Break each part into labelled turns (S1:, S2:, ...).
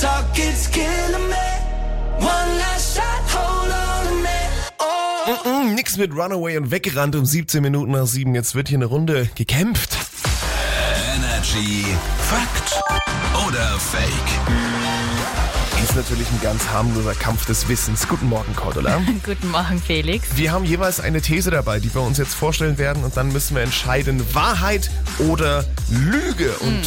S1: Talk it's killing me. One last shot, hold on to me. Oh.
S2: Mm, nix mit Runaway und weggerannt um 17 Minuten nach 7. Jetzt wird hier eine Runde gekämpft.
S3: Energy. Fakt oder Fake?
S2: Ist natürlich ein ganz harmloser Kampf des Wissens. Guten Morgen, Cordula.
S4: Guten Morgen, Felix.
S2: Wir haben jeweils eine These dabei, die wir uns jetzt vorstellen werden und dann müssen wir entscheiden, Wahrheit oder Lüge. Und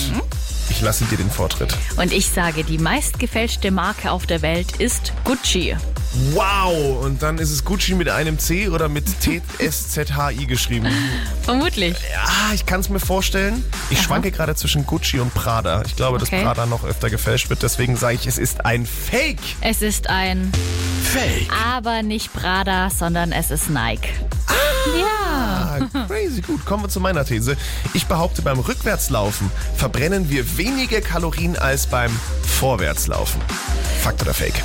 S2: ich lasse dir den Vortritt.
S4: Und ich sage, die meistgefälschte Marke auf der Welt ist Gucci.
S2: Wow! Und dann ist es Gucci mit einem C oder mit T-S-Z-H-I geschrieben.
S4: Vermutlich.
S2: Ah, ich kann es mir vorstellen. Ich schwanke gerade zwischen Gucci und Prada. Ich glaube, dass
S4: Okay.
S2: Prada noch öfter gefälscht wird. Deswegen sage ich, es ist ein Fake.
S4: Es ist ein,
S3: Fake.
S4: aber nicht Prada, sondern es ist Nike. Ja.
S2: Ah, crazy. Gut, kommen wir zu meiner These. Ich behaupte, beim Rückwärtslaufen verbrennen wir weniger Kalorien als beim Vorwärtslaufen. Fakt oder Fake?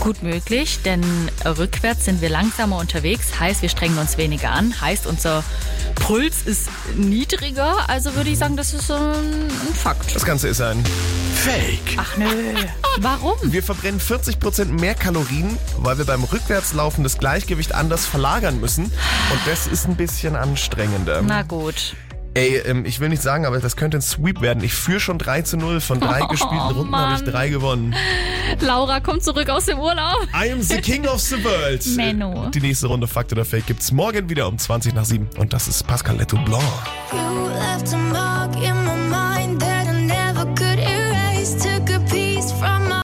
S4: Gut möglich, denn rückwärts sind wir langsamer unterwegs, heißt, wir strengen uns weniger an, heißt, unser Puls ist niedriger. Also würde ich sagen, das ist ein, ein Fakt.
S2: Das Ganze ist ein...
S3: Fake.
S4: Ach nö. Warum?
S2: Wir verbrennen 40% mehr Kalorien, weil wir beim Rückwärtslaufen das Gleichgewicht anders verlagern müssen. Und das ist ein bisschen anstrengender.
S4: Na gut.
S2: Ey, ähm, ich will nicht sagen, aber das könnte ein Sweep werden. Ich führe schon 3 zu 0. Von drei gespielten Runden habe ich
S4: Oh, Mann.
S2: drei gewonnen.
S4: Laura kommt zurück aus dem Urlaub.
S2: I am the king of the world.
S4: Menno.
S2: Die nächste Runde Fakt oder Fake gibt's morgen wieder um 20 nach 7. Und das ist Pascal Letto Blanc.
S1: You left a mark in my mind.